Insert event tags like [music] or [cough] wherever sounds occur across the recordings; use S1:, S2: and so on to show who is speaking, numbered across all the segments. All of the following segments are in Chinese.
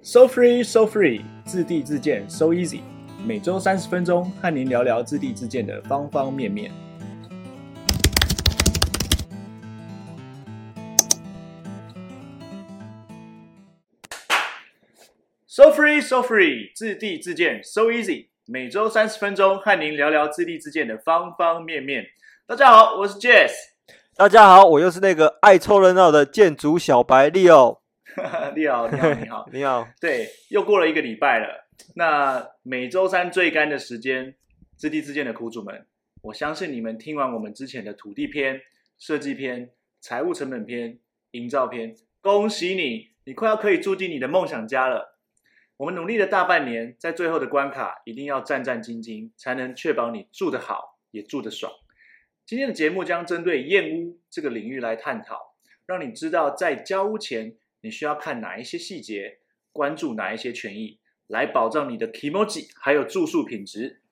S1: So free, so free，自地自建，so easy。每周三十分钟，和您聊聊自地自建的方方面面。So free, so free，自地自建，so easy。每周三十分钟，和您聊聊自地自建的方方面面。大家好，我是 Jazz。
S2: 大家好，我又是那个爱凑热闹的建筑小白 Leo。
S1: [laughs] 你好，你好，你好。
S2: 你好，
S1: 对，又过了一个礼拜了。那每周三最干的时间，知地之间的苦主们，我相信你们听完我们之前的土地篇、设计篇、财务成本篇、营造篇，恭喜你，你快要可以住进你的梦想家了。我们努力了大半年，在最后的关卡一定要战战兢兢，才能确保你住得好，也住得爽。今天的节目将针对验屋这个领域来探讨，让你知道在交屋前你需要看哪一些细节，关注哪一些权益，来保障你的 k i m o j i 还有住宿品质。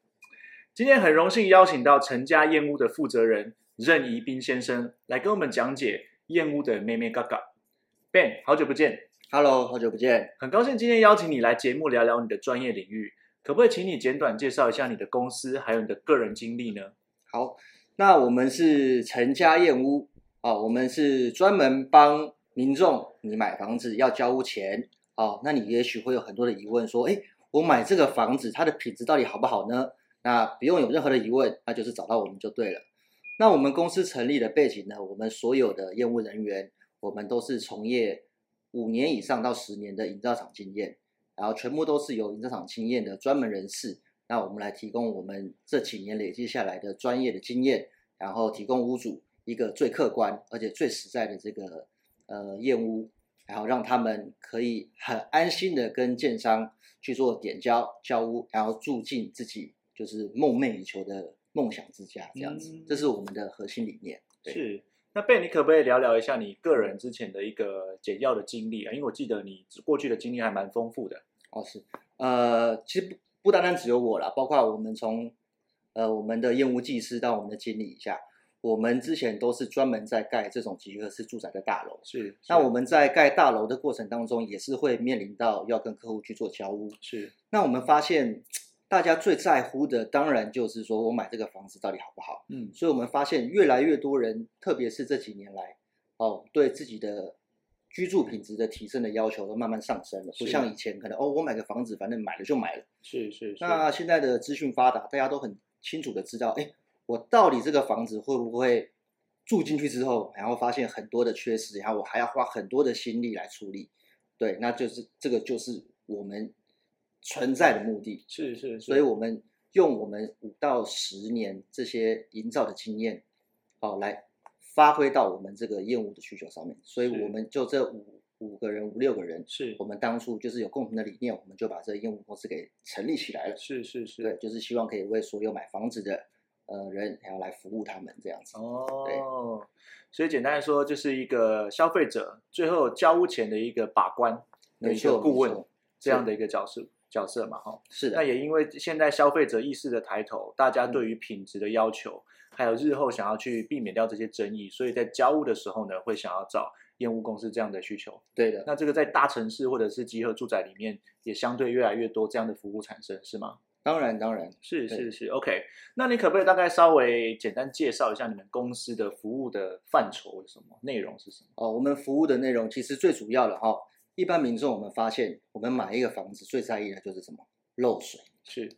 S1: 今天很荣幸邀请到陈家燕屋的负责人任宜斌先生来跟我们讲解燕屋的妹妹嘎嘎。Ben，好久不见，
S2: Hello，好久不见。
S1: 很高兴今天邀请你来节目聊聊你的专业领域，可不可以请你简短介绍一下你的公司还有你的个人经历呢？
S3: 好，那我们是陈家燕屋啊、我们是专门帮民众你买房子要交屋前哦，那你也许会有很多的疑问，说，哎，我买这个房子它的品质到底好不好呢？那不用有任何的疑问，那就是找到我们就对了。那我们公司成立的背景呢，我们所有的业务人员，我们都是从业五年以上到十年的营造厂经验，然后全部都是有营造厂经验的专门人士，那我们来提供我们这几年累积下来的专业的经验，然后提供屋主一个最客观而且最实在的这个呃验屋，然后让他们可以很安心的跟建商去做点交交屋，然后住进自己就是梦寐以求的梦想之家这样子，
S1: 嗯
S3: 这是我们的核心理念。对
S1: 是。那 Ben，你可不可以聊聊一下你个人之前的一个简要的经历啊？因为我记得你过去的经历还蛮丰富的。
S3: 哦，是，呃，其实不不单单只有我啦，包括我们从呃我们的业务技师到我们的经理以下，我们之前都是专门在盖这种集合式住宅的大楼。
S1: 是，
S3: 那
S1: 是
S3: 我们在盖大楼的过程当中，也是会面临到要跟客户去做交屋。
S1: 是
S3: 那我们发现，大家最在乎的当然就是说我买这个房子到底好不好。
S1: 嗯
S3: 所以我们发现越来越多人，特别是这几年来，哦，对自己的居住品质的提升的要求都慢慢上升了，不
S1: 是
S3: 像以前可能哦，我买个房子，反正买了就买了。
S1: 是是是，
S3: 那现在的资讯发达，大家都很清楚的知道，哎，我到底这个房子会不会住进去之后，然后发现很多的缺失，然后我还要花很多的心力来处理。对，那就是这个就是我们存在的目的。
S1: 是是，
S3: 所以我们用我们五到十年这些营造的经验，哦，来发挥到我们这个业务的需求上面。所以
S1: 是
S3: 我们就这五五个人、五六个人，
S1: 是
S3: 我们当初就是有共同的理念，我们就把这个业务公司给成立起来了。
S1: 是是是，
S3: 对，就是希望可以为所有买房子的呃人，然后来服务他们这样子。
S1: 哦，所以简单来说，就是一个消费者最后交屋前的一个把关的
S3: 没
S1: 一个
S3: 错，
S1: 顾
S3: 没
S1: 问
S3: 错
S1: 这样的一个角色角色嘛，哈。
S3: 是
S1: 那
S3: 的，
S1: 也因为现在消费者意识的抬头，大家对于品质的要求，还有日后想要去避免掉这些争议，所以在交屋的时候呢，会想要找验屋公司这样的需求。
S3: 对的，
S1: 那这个在大城市或者是集合住宅里面，也相对越来越多这样的服务产生，是吗？
S3: 当然当然。
S1: 是
S3: 对
S1: 是是，OK。那你可不可以大概稍微简单介绍一下你们公司的服务的范畴是什么，内容是什么？
S3: 哦，我们服务的内容其实最主要的哈、一般民众我们发现，我们买一个房子最在意的就是什么？漏水，
S1: 是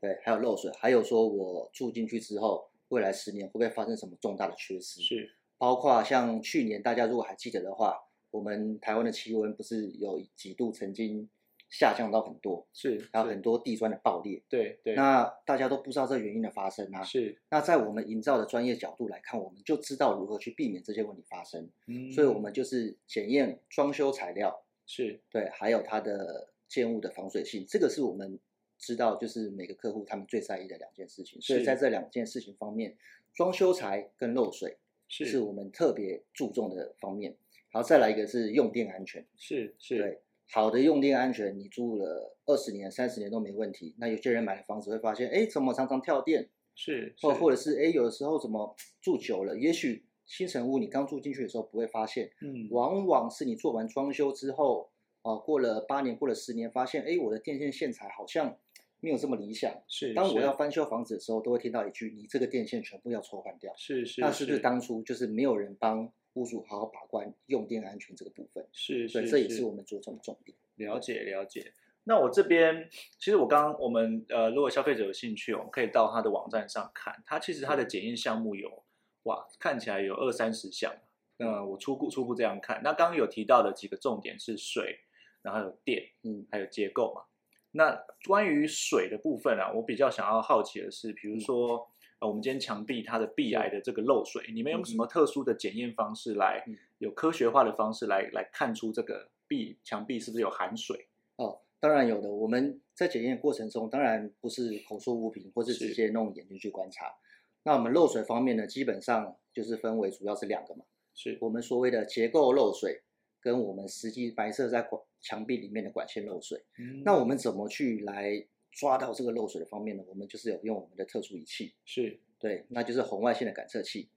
S3: 对，还有漏水，还有说我住进去之后，未来十年会不会发生什么重大的缺失？
S1: 是
S3: 包括像去年大家如果还记得的话，我们台湾的气温不是有几度曾经下降到很多，
S1: 是，
S3: 还有
S1: 是
S3: 很多地砖的爆裂，
S1: 对对，
S3: 那大家都不知道这原因的发生啊。
S1: 是，
S3: 那在我们营造的专业角度来看，我们就知道如何去避免这些问题发生。
S1: 嗯
S3: 所以我们就是检验装修材料，
S1: 是
S3: 对，还有它的建物的防水性，这个是我们知道就是每个客户他们最在意的两件事情。所以
S1: 是
S3: 在这两件事情方面，装修材跟漏水
S1: 是
S3: 是我们特别注重的方面。然后再来一个是用电安全，
S1: 是是，
S3: 对，好的用电安全，你住了二十年、三十年都没问题。那有些人买了房子会发现，哎，怎么常常跳电，
S1: 是
S3: 或
S1: 是
S3: 或者是哎，诶有的时候怎么住久了，也许新成屋你刚住进去的时候不会发现，
S1: 嗯
S3: 往往是你做完装修之后，哦，过了八年，过了十年，发现哎，诶我的电线线材好像没有这么理想。
S1: 是
S3: 当我
S1: 是
S3: 要翻修房子的时候，都会听到一句：“你这个电线全部要抽换掉。
S1: 是是，
S3: 那是不是当初就是没有人帮屋主好好把关用电安全这个部分？
S1: 是
S3: 对，
S1: 是，
S3: 这也是我们着重的重点。
S1: 了解了解。那我这边其实我刚刚我们呃，如果消费者有兴趣，我们可以到他的网站上看，他其实他的
S3: 嗯
S1: 检验项目有哇，看起来有二三十项。那
S3: 嗯
S1: 我初步初步这样看，那刚刚有提到的几个重点是水，然后还有电，
S3: 嗯，
S1: 还有结构嘛。那关于水的部分啊，我比较想要好奇的是，比
S3: 嗯
S1: 如说、呃，我们今天墙壁它的壁癌的这个漏水，你们有没有什么特殊的检验方式来，
S3: 嗯
S1: 有科学化的方式来来看出这个壁墙壁是不是有含水？
S3: 哦，当然有的。我们在检验过程中，当然不是口说无凭，或是
S1: 是
S3: 直接弄眼睛去观察。那我们漏水方面呢，基本上就是分为主要是两个嘛，
S1: 是
S3: 我们所谓的结构漏水，跟我们实际白色在管墙壁里面的管线漏水。那我们怎么去来抓到这个漏水的方面呢？我们就是有用我们的特殊仪器，
S1: 是
S3: 对，那就是红外线的感测器。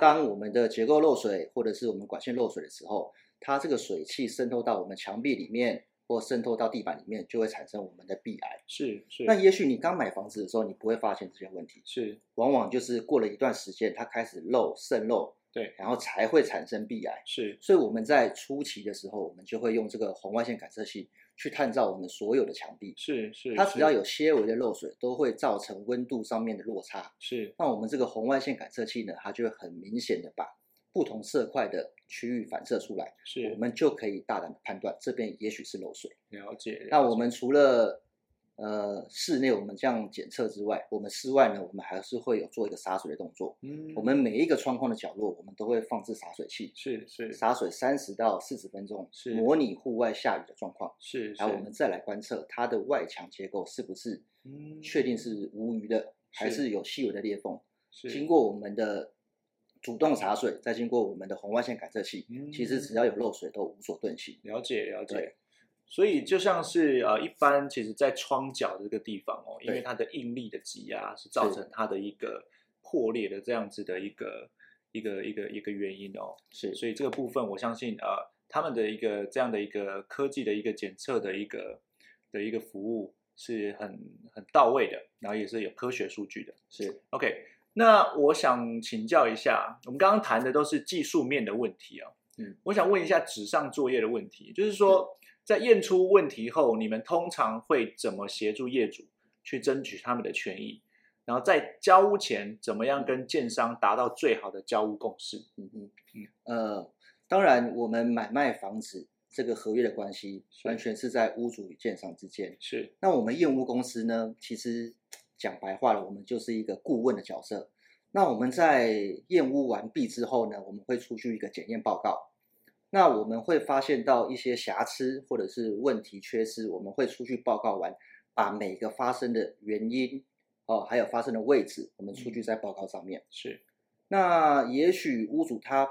S3: 当我们的结构漏水或者是我们管线漏水的时候，它这个水汽渗透到我们墙壁里面或渗透到地板里面，就会产生我们的壁癌。
S1: 是是，
S3: 那也许你刚买房子的时候，你不会发现这些问题，
S1: 是
S3: 往往就是过了一段时间，它开始漏渗漏，
S1: 对
S3: 然后才会产生壁癌。
S1: 是
S3: 所以我们在初期的时候，我们就会用这个红外线感测器去探照我们所有的墙壁，
S1: 是是，
S3: 它只
S1: 是
S3: 要有些微的漏水，都会造成温度上面的落差。
S1: 是
S3: 那我们这个红外线感测器呢，它就会很明显的把不同色块的区域反射出来，我
S1: 是
S3: 们就可以大胆的判断这边也许是漏水。
S1: 了解，
S3: 那
S1: 了
S3: 我们除了呃室内我们这样检测之外，我们室外呢，我们还是会有做一个洒水的动作。
S1: 嗯
S3: 我们每一个窗框的角落，我们都会放置洒水器，
S1: 是是
S3: 洒水三十到四十分钟，
S1: 是
S3: 模拟户外下雨的状况，
S1: 是，
S3: 然后
S1: 是
S3: 我们再来观测它的外墙结构是不是
S1: 嗯
S3: 确定是无虞的，还
S1: 是
S3: 是有细微的裂缝。
S1: 是
S3: 经过我们的主动洒水，再经过我们的红外线感测器，
S1: 嗯
S3: 其实只要有漏水都无所遁形。
S1: 了解了解
S3: 对。
S1: 所以就像是呃，一般其实，在窗角这个地方哦，因为
S3: 对
S1: 它的应力的挤压是造
S3: 是
S1: 成它的一个破裂的这样子的一个一个一个一个原因哦。
S3: 是
S1: 所以这个部分，我相信呃，他们的一个这样的一个科技的一个检测的一个的一个服务是很很到位的，然后也是有科学数据的。
S3: 是
S1: OK，那我想请教一下，我们刚刚谈的都是技术面的问题啊、
S3: 嗯，
S1: 我想问一下纸上作业的问题，就是说在验出问题后，你们通常会怎么协助业主去争取他们的权益？然后在交屋前，怎么样跟建商达到最好的交屋共识？
S3: 嗯哼
S1: 嗯，
S3: 呃，当然我们买卖房子这个合约的关系，
S1: 是
S3: 完全是在屋主与建商之间。
S1: 是
S3: 那我们验屋公司呢，其实讲白话了，我们就是一个顾问的角色。那我们在验屋完毕之后呢，我们会出具一个检验报告。那我们会发现到一些瑕疵或者是问题缺失，我们会出具报告完，把每个发生的原因哦，还有发生的位置，我们出具在报告上面。
S1: 是
S3: 那也许屋主他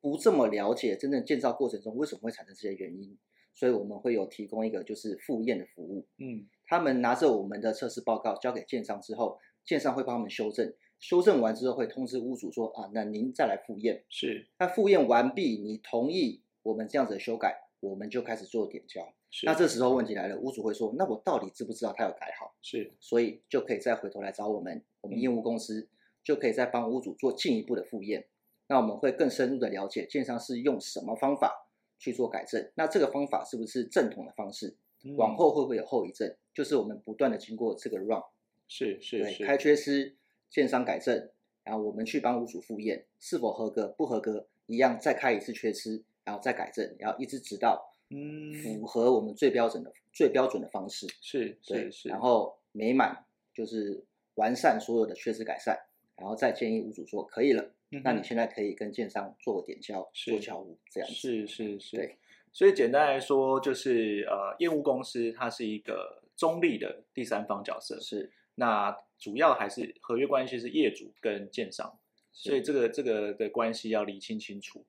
S3: 不这么了解真正建造过程中为什么会产生这些原因，所以我们会有提供一个就是复验的服务。
S1: 嗯
S3: 他们拿着我们的测试报告交给建商之后，建商会帮他们修正，修正完之后会通知屋主说啊，那您再来复验。
S1: 是
S3: 那复验完毕，你同意我们这样子的修改，我们就开始做点交。
S1: 是，
S3: 那这时候问题来了，屋主会说，那我到底知不知道他有改好？
S1: 是
S3: 所以就可以再回头来找我们，我们业务公司就可以再帮屋主做进一步的复验。那我们会更深入的了解建商是用什么方法去做改正，那这个方法是不是正统的方式？
S1: 嗯
S3: 往后会不会有后遗症？就是我们不断的经过这个 run，
S1: 是是
S3: 对，
S1: 是
S3: 开缺失、建商改正，然后我们去帮屋主复验是否合格，不合格一样再开一次缺失，然后再改正，然后一直直到
S1: 嗯
S3: 符合我们最标准的、最标准的方式，
S1: 是
S3: 对
S1: 是，是，
S3: 然后美满就是完善所有的缺失改善，然后再建议屋主说可以了，
S1: 嗯哼
S3: 那你现在可以跟建商做点交、
S1: 是
S3: 做交屋这样子，
S1: 是是是，
S3: 对。
S1: 所以简单来说，就是呃，业务公司它是一个中立的第三方角色，
S3: 是
S1: 那主要还是合约关系是业主跟建商，
S3: 是嗯
S1: 所以这个这个的关系要理清清楚。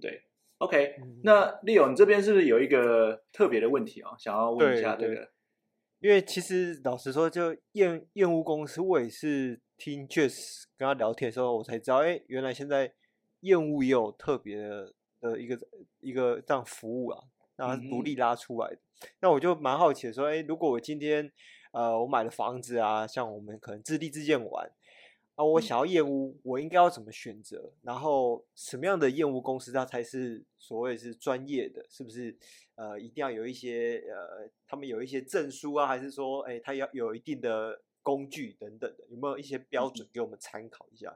S1: 对，OK，
S2: 嗯
S1: 那利友，你这边是不是有一个特别的问题啊、想要问一
S2: 对
S1: 下这
S2: 对
S1: 个？
S2: 因为其实老实说，就验验屋公司，我也是听 Jess 跟他聊天的时候，我才知道，哎，原呃来现在验屋也有特别的的一个一个这样服务啊。那它
S1: 嗯
S2: 是
S1: 哼
S2: 独立拉出来的。那我就蛮好奇的说，哎，如果我今天呃我买了房子啊，像我们可能自立自建完啊，我
S1: 嗯
S2: 想要验屋，我应该要怎么选择？然后什么样的验屋公司它才是所谓是专业的？是不是呃一定要有一些呃他们有一些证书啊，还是说哎它要有一定的工具等等的？有没有一些
S1: 嗯
S2: 标准给我们参考一下？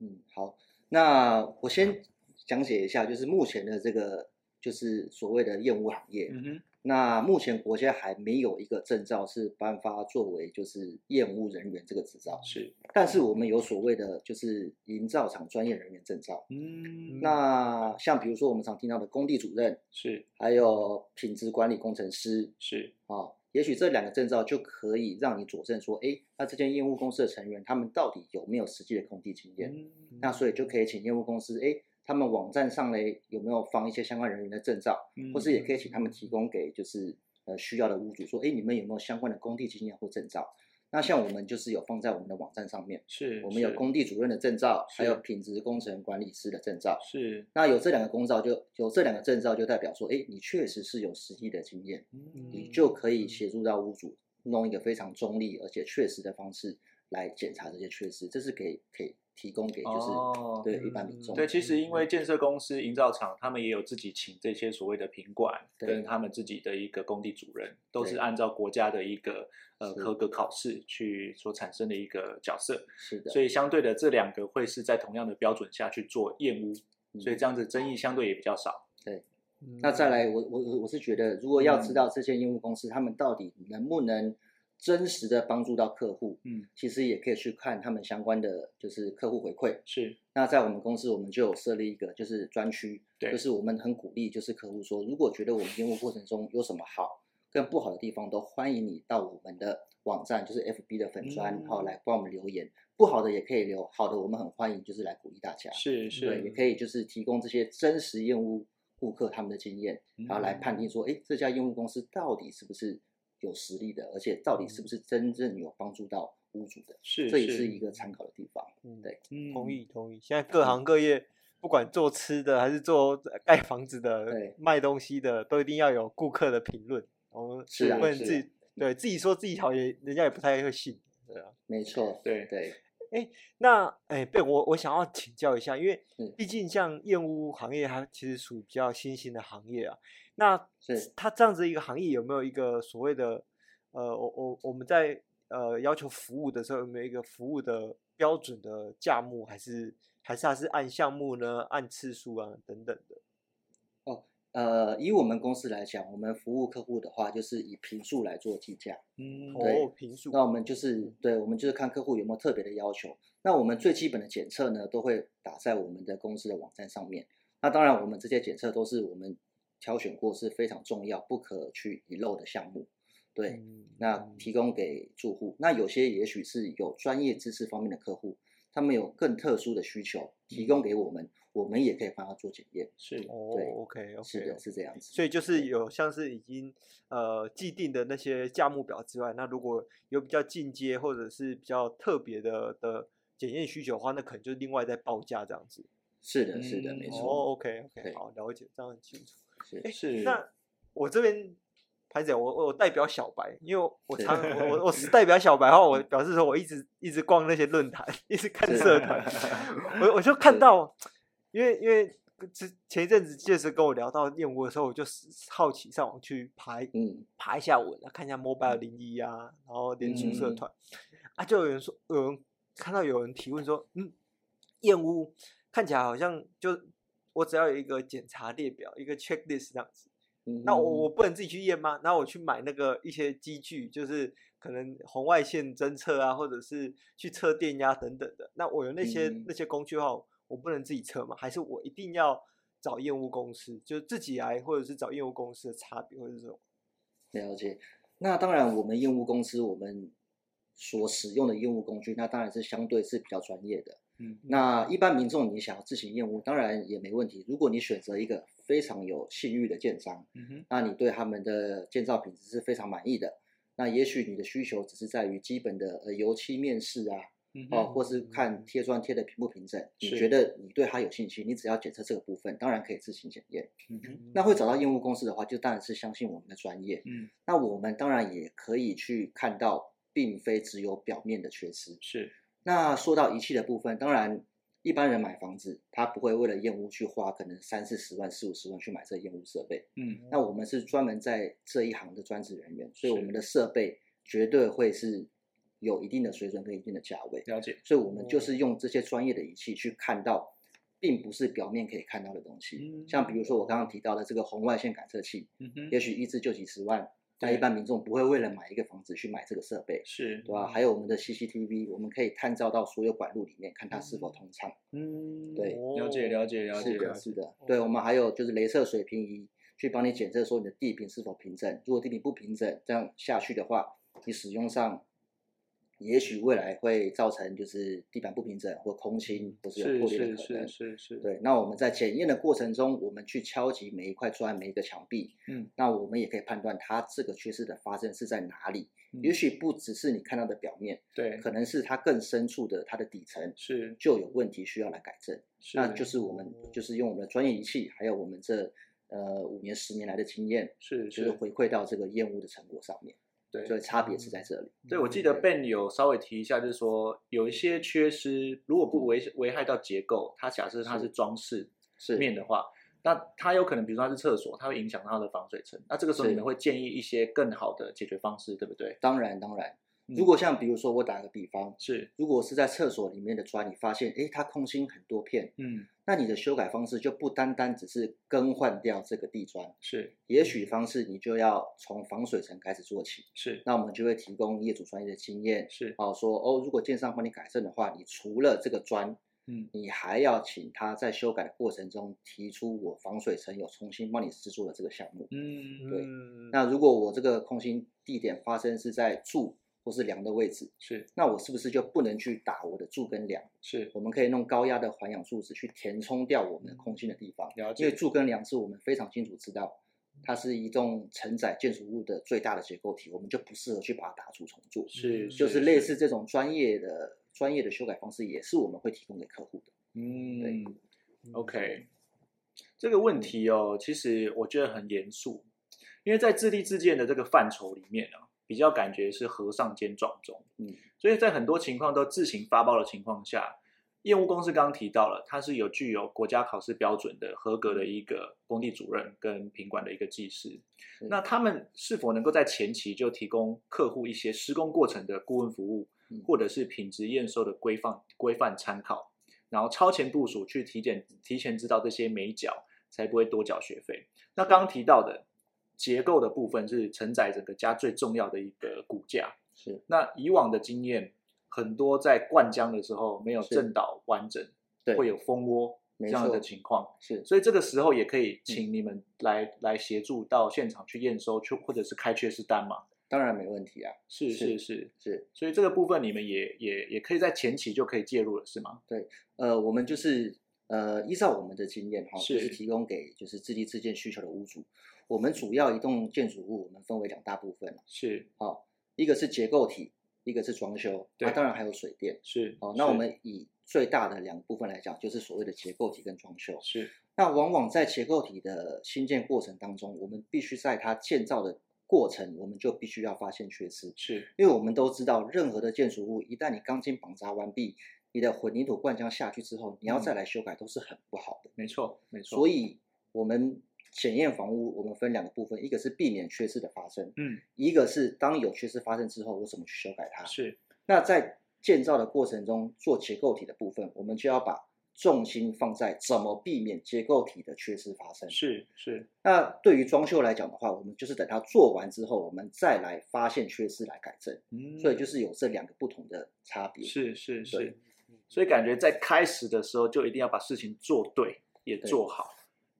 S3: 嗯，好，那我先讲解一下，就是目前的这个就是所谓的厌恶行业。
S1: 嗯哼，
S3: 那目前国家还没有一个证照是颁发作为就是厌恶人员这个执照，
S1: 是，
S3: 但是我们有所谓的就是营造厂专业人员证照。
S1: 嗯，
S3: 那像比如说我们常听到的工地主任，
S1: 是
S3: 还有品质管理工程师
S1: 是，
S3: 啊、哦也许这两个证照就可以让你佐证说，哎，那这间业务公司的成员他们到底有没有实际的工地经验？
S1: 嗯
S3: 那所以就可以请业务公司，哎，他们网站上嘞有没有放一些相关人员的证照，
S1: 嗯
S3: 或是也可以请他们提供给就是呃需要的屋主说，哎，你们有没有相关的工地经验或证照？那像我们就是有放在我们的网站上面，
S1: 是，
S3: 我们有
S1: 是
S3: 工地主任的证照，还有
S1: 是
S3: 品质工程管理师的证照。
S1: 是，
S3: 那有这两个公照就有这两个证照，就代表说，哎，你确实是有实际的经验，你
S1: 嗯
S3: 就可以协助到屋主弄一个非常中立而且确实的方式来检查这些缺失，这是给可以提供给就是、
S1: 哦
S3: 对一般民众。
S1: 对，其实因为建设公司、营造厂，他们也有自己请这些所谓的品管，
S3: 对
S1: 跟他们自己的一个工地主任，都是
S3: 对
S1: 按照国家的一个呃
S3: 是
S1: 合格考试去所产生的一个角色，
S3: 是的，
S1: 所以相对的这两个会是在同样的标准下去做验屋，
S3: 嗯
S1: 所以这样子争议相对也比较少。
S3: 那再来，我我我我是觉得，如果要
S1: 嗯
S3: 知道这些业务公司他们到底能不能真实的帮助到客户，
S1: 嗯，
S3: 其实也可以去看他们相关的就是客户回馈。
S1: 是
S3: 那在我们公司，我们就有设立一个就是专区，
S1: 对
S3: 就是我们很鼓励就是客户说，如果觉得我们业务过程中有什么好跟不好的地方，都欢迎你到我们的网站，就是 FB 的粉砖，
S1: 嗯
S3: 好、来帮我们留言，不好的也可以留，好的我们很欢迎，就是来鼓励大家。
S1: 是
S3: 对，
S1: 是，
S3: 也可以就是提供这些真实验屋顾客他们的经验，然后来判定说，哎，这家验屋公司到底是不是有实力的，而且到底是不是真正有帮助到屋主的，
S1: 是
S3: 这也是一个参考的地方。
S2: 嗯
S3: 对
S2: 同
S1: 嗯
S2: 意同意，现在各行各业，不管做吃的还是做呃盖房子的
S3: 对、
S2: 卖东西的，都一定要有顾客的评论。我们
S3: 是
S1: 啊
S2: 不能
S3: 是
S2: 自
S3: 啊
S2: 己对自己说自己好，也人家也不太会信。对啊，
S3: 没错，
S1: 对
S3: 对，
S2: 那哎，被我我想要请教一下，因为
S3: 嗯
S2: 毕竟像燕屋行业，它其实属于比较新兴的行业啊。那
S3: 是
S2: 它这样子一个行业有没有一个所谓的呃，我我我们在呃要求服务的时候有没有一个服务的标准的价目，还是还是它是按项目呢，按次数啊等等的？
S3: 呃，以我们公司来讲，我们服务客户的话，就是以平数来做计价。
S1: 嗯
S3: 对
S2: 哦，评数
S3: 那我们就是对，我们就是看客户有没有特别的要求。那我们最基本的检测呢，都会打在我们的公司的网站上面。那当然，我们这些检测都是我们挑选过是非常重要、不可去遗漏的项目。对，
S2: 嗯
S3: 那
S2: 嗯
S3: 提供给住户。那有些也许是有专业知识方面的客户，他们有更特殊的需求，提
S2: 嗯
S3: 供给我们，我们也可以帮他做检验。
S1: 是
S2: 哦
S3: 对
S2: ，OK
S3: 是
S2: OK，哦
S3: 的，是这样子。
S2: 所以就是
S3: 对
S2: 有像是已经呃既定的那些价目表之外，那如果有比较进阶或者是比较特别的的检验需求的话，那可能就是另外再报价这样子。
S3: 是的，是的，
S1: 嗯
S3: 没
S2: 哦
S3: 错。
S2: ，OK
S3: 对
S2: OK，好，了解，这样很清楚。
S3: 是
S2: 诶
S1: 是
S2: 那我这边潘姐，我我代表小白，因为我我
S3: 是嗯
S2: 常我我我是代表小白的话，我表示说我一直一直逛那些论坛，一直看
S3: 是
S2: 社团，我我就看
S3: 是
S2: 到，因为因为之前一阵子确实跟我聊到燕窝的时候，我就是好奇上网去排
S3: 嗯，
S2: 爬一下文啊，看一下 Mobile 零一啊，然后脸书社
S3: 嗯
S2: 团、啊，就有人说，有人看到有人提问说，嗯，燕屋看起来好像就我只要有一个检查列表，一个 checklist 这样子，
S3: 嗯
S2: 那我我不能自己去验吗？然后我去买那个一些机具，就是可能红外线侦测啊，或者是去测电压等等的。那我有那些、
S3: 嗯
S2: 那些工具的话，我不能自己测吗？还是我一定要找验屋公司，就是自己来，或者是找验屋公司的差别，或者是这种？
S3: 了解。那当然，我们业务公司我们所使用的业务工具，那当然是相对是比较专业的。
S1: 嗯
S3: 那一般民众你想要自行验屋，当然也没问题。如果你选择一个非常有信誉的建商，
S1: 嗯哼
S3: 那你对他们的建造品质是非常满意的，那也许你的需求只是在于基本的呃油漆面试啊，
S1: 嗯
S3: 哦，
S1: 哼，
S3: 或是看贴砖贴的平不平整，你
S1: 是
S3: 觉得你对它有信心，你只要检测这个部分，当然可以自行检验。
S1: 嗯哼，
S3: 那会找到验屋公司的话，就当然是相信我们的专业。
S1: 嗯，
S3: 那我们当然也可以去看到，并非只有表面的缺失。
S1: 是，
S3: 那说到仪器的部分，当然一般人买房子，他不会为了验屋去花可能三四十万、四五十万去买这个验屋设备。
S1: 嗯，
S3: 那我们是专门在这一行的专职人员，所以
S1: 是
S3: 我们的设备绝对会是有一定的水准跟一定的价位。
S1: 了解，
S3: 所以我
S1: 哦
S3: 们就是用这些专业的仪器去看到，并不是表面可以看到的东西。
S1: 嗯
S3: 像比如说我刚刚提到的这个红外线感测器，
S1: 嗯哼，
S3: 也许一支就几十万，但
S1: 对
S3: 一般民众不会为了买一个房子去买这个设备，
S1: 是
S3: 对，吧、还有我们的 CCTV，我们可以探照到所有管路里面，看它是否通畅。
S1: 嗯，
S3: 对
S1: 了解，了解，了解，
S3: 是
S1: 了
S3: 的，
S1: 解，
S3: 是的。对，我们还有就是镭射水平仪，去帮你检测说你的地坪是否平整。如果地坪不平整，这样下去的话，你使用上也许未来会造成就是地板不平整或空心或是有
S1: 是
S3: 破裂
S1: 是
S3: 的可
S1: 是
S3: 能。
S1: 是是，
S3: 对，那我们在检验的过程中，我们去敲击每一块砖、每一个墙壁，
S1: 嗯，
S3: 那我们也可以判断它这个缺失的发生是在哪里。
S1: 嗯
S3: 也许不只是你看到的表面，
S1: 对，
S3: 可能是它更深处的它的底层
S1: 是
S3: 就有问题需要来改正。
S1: 是，
S3: 那就是我们就是用我们的专业仪器，还有我们这呃五年十年来的经验，
S1: 是
S3: 就是
S1: 是，
S3: 回馈到这个验屋的成果上面，
S1: 对嗯
S3: 所以差别是在这里。
S1: 对，我记得
S3: 对
S1: Ben 有稍微提一下，就是说有一些缺失，如果不危危害到结构，它假设它是
S3: 嗯是
S1: 装饰
S3: 是
S1: 面的话，那它有可能，比如说它是厕所，它会影响到它的防水层。那这个时候
S3: 是
S1: 你们会建议一些更好的解决方式，对不对？
S3: 当然当然，
S1: 嗯
S3: 如果像比如说我打个比方，
S1: 是，
S3: 如果是在厕所里面的砖，你发现诶它空心很多片，
S1: 嗯，
S3: 那你的修改方式就不单单只是更换掉这个地砖，
S1: 是
S3: 也许方式你就要从防水层开始做起。
S1: 是
S3: 那我们就会提供业主专业的经验，
S1: 是，
S3: 哦说哦，如果建商帮你改正的话，你除了这个砖
S1: 嗯，
S3: 你还要请他在修改的过程中提出我防水层有重新帮你制作的这个项目。
S1: 嗯，
S3: 对
S2: 嗯
S3: 那如果我这个空心地点发生是在柱或是梁的位置，
S1: 是
S3: 那我是不是就不能去打我的柱跟梁？
S1: 是
S3: 我们可以用高压的环氧树脂去填充掉我们的空心的地方，
S1: 嗯了
S3: 因
S1: 解，
S3: 为柱跟梁是我们非常清楚知道，它是一栋承载建筑物的最大的结构体，我们就不适合去把它打出重做。
S1: 是
S3: 就是类似，这种专业的专业的修改方式，也是我们会提供给客户的。
S1: 嗯
S3: 对
S1: ，OK，这个问题哦，其实我觉得很严肃，因为在自立自建的这个范畴里面啊，比较感觉是和尚兼撞钟。
S3: 嗯，
S1: 所以在很多情况都自行发包的情况下，验屋公司刚刚提到了，它是有具有国家考试标准的合格的一个工地主任跟品管的一个技师。
S3: 嗯
S1: 那他们是否能够在前期就提供客户一些施工过程的顾问服务
S3: 嗯，
S1: 或者是品质验收的规范规范参考，然后超前部署去体检，提前知道这些美角，才不会多缴学费。那刚刚提到的结构的部分是承载整个家最重要的一个骨架。
S3: 是
S1: 那以往的经验，很多在灌浆的时候没有正导完整，
S3: 对，
S1: 会有蜂窝这
S3: 没
S1: 样的
S3: 错嗯
S1: 情况。
S3: 是
S1: 所以这个时候也可以请你们来、来协助到现场去验收，去或者是开缺失单嘛。
S3: 当然没问题啊，
S1: 是是
S3: 是
S1: 是，
S3: 是
S1: 所以这个部分你们也也也可以在前期就可以介入了，是吗？
S3: 呃，我们就是呃，依照我们的经验哈，
S1: 是
S3: 就是提供给就是自立自建需求的屋主，我们主要一栋建筑物我们分为两大部分
S1: 是
S3: 好、哦一个是结构体，一个是装修，
S1: 对
S3: 那、当然还有水电。
S1: 是。
S3: 哦，那
S1: 是
S3: 我们以最大的两个部分来讲，就是所谓的结构体跟装修。
S1: 是
S3: 那往往在结构体的新建过程当中，我们必须在它建造的过程，我们就必须要发现缺失。
S1: 是
S3: 因为我们都知道，任何的建筑物，一旦你钢筋绑扎完毕，你的混凝土灌浆下去之后，
S1: 嗯
S3: 你要再来修改都是很不好的。
S1: 没错没错。
S3: 所以，我们检验房屋，我们分两个部分，一个是避免缺失的发生，
S1: 嗯
S3: 一个是当有缺失发生之后，我怎么去修改它。
S1: 是
S3: 那在建造的过程中，做结构体的部分，我们就要把重心放在怎么避免结构体的缺失发生。
S1: 是是
S3: 那对于装修来讲的话，我们就是等它做完之后，我们再来发现缺失来改正。
S1: 嗯，
S3: 所以就是有这两个不同的差别。
S1: 是是
S3: 对
S1: 是，所以感觉在开始的时候就一定要把事情做对，也
S3: 对
S1: 做好，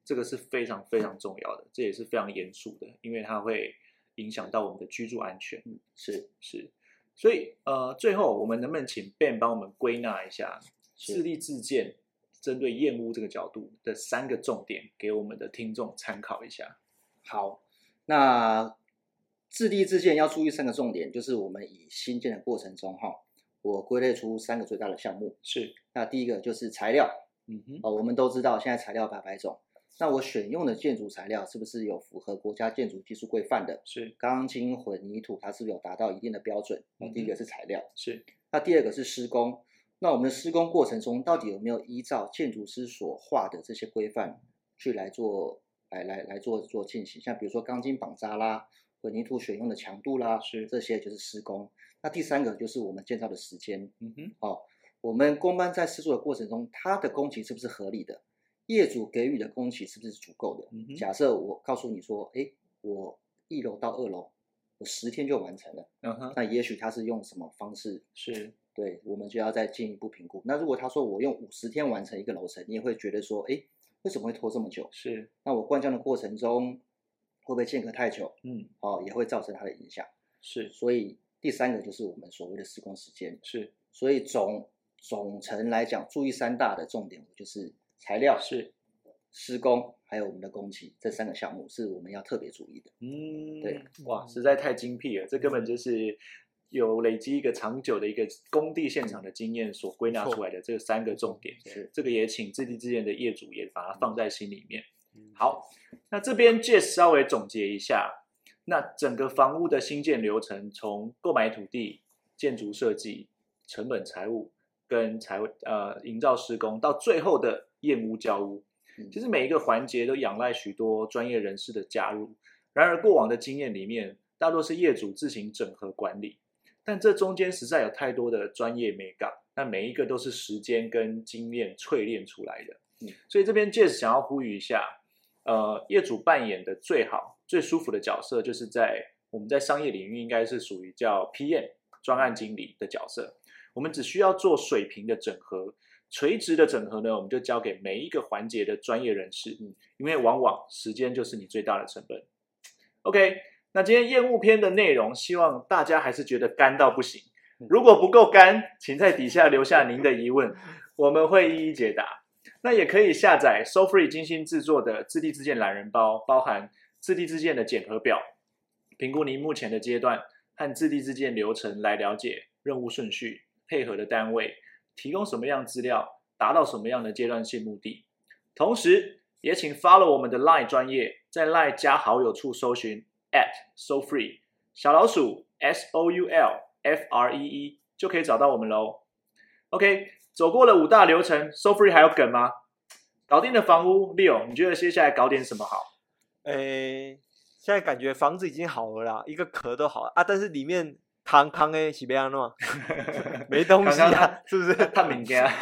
S1: 这个是非常非常重要的，这也是非常严肃的，因为它会影响到我们的居住安全。
S3: 嗯是
S1: 是，所以呃，最后我们能不能请 Ben 帮我们归纳一下
S3: 是
S1: 自立自建针对厌恶这个角度的三个重点，给我们的听众参考一下？
S3: 好，那自立自建要注意三个重点，就是我们以新建的过程中哈，我归类出三个最大的项目。
S1: 是，
S3: 那第一个就是材料，
S1: 嗯哼，
S3: 哦，我们都知道现在材料百百种，那我选用的建筑材料是不是有符合国家建筑技术规范的？
S1: 是
S3: 钢筋混凝土它是不是有达到一定的标准？哦，第一个是材料，
S1: 是，
S3: 那第二个是施工。那我们的施工过程中，到底有没有依照建筑师所画的这些规范去来做，来来来做做进行？像比如说钢筋绑扎啦，混凝土选用的强度啦，
S1: 是
S3: 这些就是施工。那第三个就是我们建造的时间，
S1: 嗯哼，
S3: 我们工班在施作的过程中，它的工期是不是合理的？业主给予的工期是不是足够的？
S1: 嗯哼
S3: 假设我告诉你说，哎，我一楼到二楼，我十天就完成了，
S1: 嗯哼，
S3: 那也许他是用什么方式
S1: 是
S3: 对，我们就要再进一步评估。那如果他说我用五十天完成一个楼层，你也会觉得说，哎，为什么会拖这么久？
S1: 是，
S3: 那我灌浆的过程中会不会间隔太久？
S1: 嗯
S3: 哦，也会造成它的影响。
S1: 是
S3: 所以第三个就是我们所谓的施工时间。
S1: 是
S3: 所以总总成来讲，注意三大的重点就是材料、
S1: 是，
S3: 施工，还有我们的工期这三个项目是我们要特别注意的。
S1: 嗯，
S3: 对，
S1: 哇，实在太精辟了，这根本就是有累积一个长久的一个工地现场的经验所归纳出来的这三个重点。
S3: 是
S1: 这个也请自地自建的业主也把它放在心里面。
S2: 嗯
S1: 好，那这边 j e 稍微总结一下，那整个房屋的新建流程，从购买土地、建筑设计、成本财务跟财务呃营造施工，到最后的验屋交屋，
S3: 嗯
S1: 其实每一个环节都仰赖许多专业人士的加入。然而，过往的经验里面，大多是业主自行整合管理，但这中间实在有太多的专业美感，那每一个都是时间跟经验淬炼出来的。
S3: 嗯
S1: 所以这边 Jazz 想要呼吁一下，呃，业主扮演的最好、最舒服的角色，就是在我们在商业领域应该是属于叫 PM 专案经理的角色。我们只需要做水平的整合，垂直的整合呢，我们就交给每一个环节的专业人士，
S3: 嗯
S1: 因为往往时间就是你最大的成本。OK，那今天厌恶篇的内容，希望大家还是觉得干到不行。如果不够干，请在底下留下您的疑问，我们会一一解答。那也可以下载 SoFree 精心制作的自地自建懒人包，包含自地自建的检核表，评估您目前的阶段和自地自建流程，来了解任务顺序、配合的单位、提供什么样资料，达到什么样的阶段性目的。同时，也请 follow 我们的 LINE 专业，在 LINE 加好友处搜寻 at SoFree 小老鼠 S O U L F R E E 就可以找到我们喽。OK，走过了五大流程，SoFree 还有梗吗？搞定的房屋六，你觉得接下来搞点什么好？ [laughs]
S2: 诶，现在感觉房子已经好了啦，一个壳都好了啊，但是里面康康诶，喜贝安诺没东西
S1: 康康
S2: 啊，是不是？
S1: 他明天啊。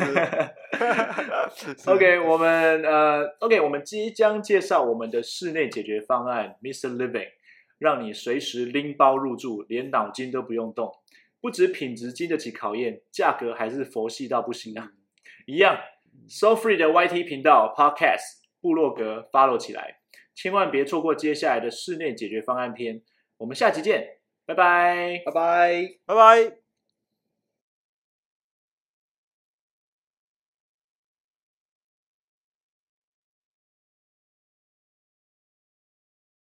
S2: 是是
S1: OK，我们呃，OK，我们即将介绍我们的室内解决方案 Mr. Living，让你随时拎包入住，连脑筋都不用动。不止品质经得起考验，价格还是佛系到不行
S2: 嗯
S1: 啊！ [laughs] 一样，So Free 的 YT 频道、Podcast、部落格 follow 起来，千万别错过接下来的室内解决方案篇。我们下期见，拜拜。
S3: 拜拜。
S2: 拜拜。